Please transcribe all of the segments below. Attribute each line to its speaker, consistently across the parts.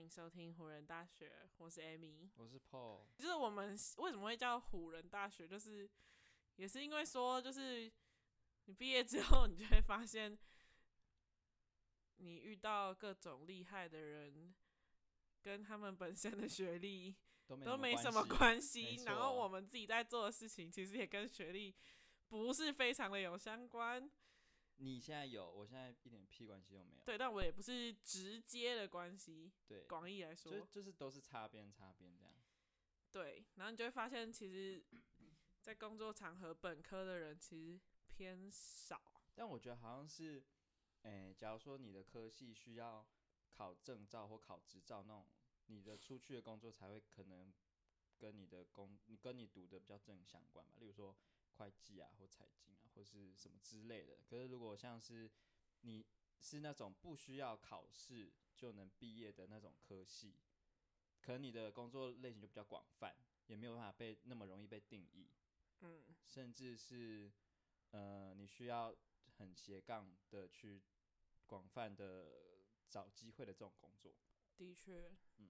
Speaker 1: 迎收听湖人大学，我是 Amy。
Speaker 2: 我是 Paul，
Speaker 1: 就是我们为什么会叫湖人大学，就是也是因为说，就是你毕业之后，你就会发现，你遇到各种厉害的人，跟他们本身的学历
Speaker 2: 都没
Speaker 1: 都没什么
Speaker 2: 么系。
Speaker 1: 关
Speaker 2: 没
Speaker 1: 系。
Speaker 2: 错
Speaker 1: 然后我们自己在做的事情，其实也跟学历不是非常的有相关。
Speaker 2: 你现在有，我现在一点屁关系都没有。
Speaker 1: 对，但我也不是直接的关系。
Speaker 2: 对，
Speaker 1: 广义来说，
Speaker 2: 就就是都是擦边擦边这样。
Speaker 1: 对，然后你就会发现，其实，在工作场合，本科的人其实偏少。
Speaker 2: 但我觉得好像是，诶、假如说你的科系需要考证照或考执照那种，你的出去的工作才会可能跟你的工，你跟你读的比较正相关吧。例如说会计啊，或财经啊，或是什么之类的。可是如果像是你是那种不需要考试就能毕业的那种科系，可能你的工作类型就比较广泛，也没有办法被那么容易被定义。嗯，甚至是呃，你需要很斜杠的去广泛的找机会的这种工作。
Speaker 1: 的确，嗯，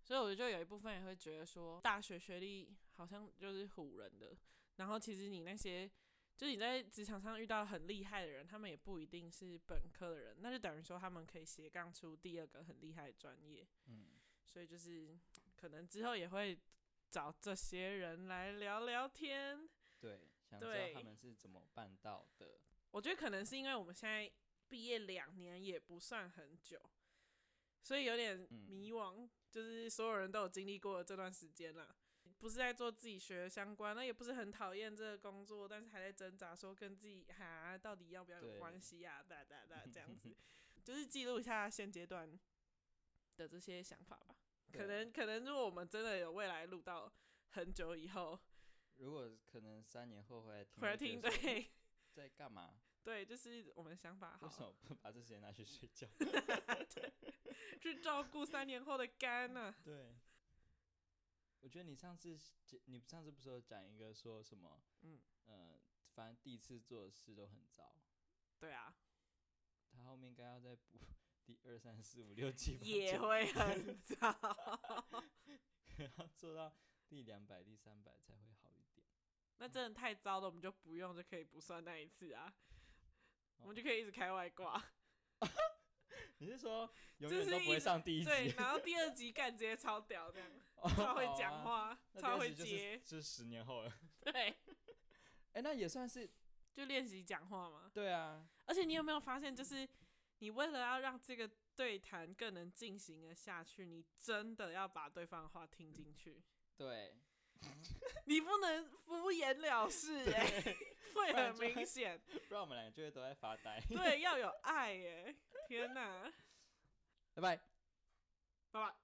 Speaker 1: 所以我就有一部分也会觉得说，大学学历好像就是唬人的。然后其实你那些，就是你在职场上遇到很厉害的人，他们也不一定是本科的人，那就等于说他们可以斜杠出第二个很厉害的专业。
Speaker 2: 嗯，
Speaker 1: 所以就是可能之后也会找这些人来聊聊天。
Speaker 2: 对，想知道
Speaker 1: 对
Speaker 2: 他们是怎么办到的。
Speaker 1: 我觉得可能是因为我们现在毕业两年也不算很久，所以有点
Speaker 2: 嗯
Speaker 1: 迷惘，就是所有人都有经历过这段时间啦。不是在做自己学的相关，那也不是很讨厌这个工作，但是还在挣扎说跟自己哈到底要不要有
Speaker 2: 对
Speaker 1: 关系呀、哒哒哒这样 子，就是记录一下现阶段的这些想法吧。可
Speaker 2: 对
Speaker 1: 能可能如果我们真的有未来录到很久以后，
Speaker 2: 如果可能三年后回来听，
Speaker 1: 回来听，对
Speaker 2: 在干嘛？
Speaker 1: 对，就是我们的想法好
Speaker 2: 为什么不把这时间拿去睡觉？
Speaker 1: 去照顾三年后的肝啊呢、
Speaker 2: 对，我觉得你上次讲你上次不是有讲一个说什么？
Speaker 1: 嗯
Speaker 2: 呃，反正第一次做的事都很糟，
Speaker 1: 对啊，
Speaker 2: 他后面应该要再补 第二三四五六七八
Speaker 1: 也
Speaker 2: 九
Speaker 1: 会很糟。
Speaker 2: 要做到第两百、第三百才会好一点。
Speaker 1: 那真的太糟了，我们就不用就可以不算那一次啊，
Speaker 2: 哦
Speaker 1: 我们就可以一直开外挂。
Speaker 2: 你是说永
Speaker 1: 就
Speaker 2: 远
Speaker 1: 是
Speaker 2: 都不
Speaker 1: 一
Speaker 2: 会
Speaker 1: 直
Speaker 2: 上第一集？
Speaker 1: 对，然后第二集干直接超屌 这样，
Speaker 2: 哦
Speaker 1: 超会
Speaker 2: 好啊
Speaker 1: 讲话，
Speaker 2: 那第
Speaker 1: 超
Speaker 2: 二
Speaker 1: 会
Speaker 2: 集就是
Speaker 1: 接，
Speaker 2: 就是十年后了。
Speaker 1: 对，
Speaker 2: 哎、那也算是
Speaker 1: 就练习讲话嘛。
Speaker 2: 对啊，
Speaker 1: 而且你有没有发现，就是你为了要让这个对谈更能进行的下去，你真的要把对方的话听进去，
Speaker 2: 对，
Speaker 1: 你不能敷衍了事、哎， 会
Speaker 2: 不然
Speaker 1: 很
Speaker 2: 就会
Speaker 1: 明显。
Speaker 2: 不然我们两个就会都在发呆。
Speaker 1: 对，要有爱耶！天哪，
Speaker 2: 拜拜。
Speaker 1: 爸爸。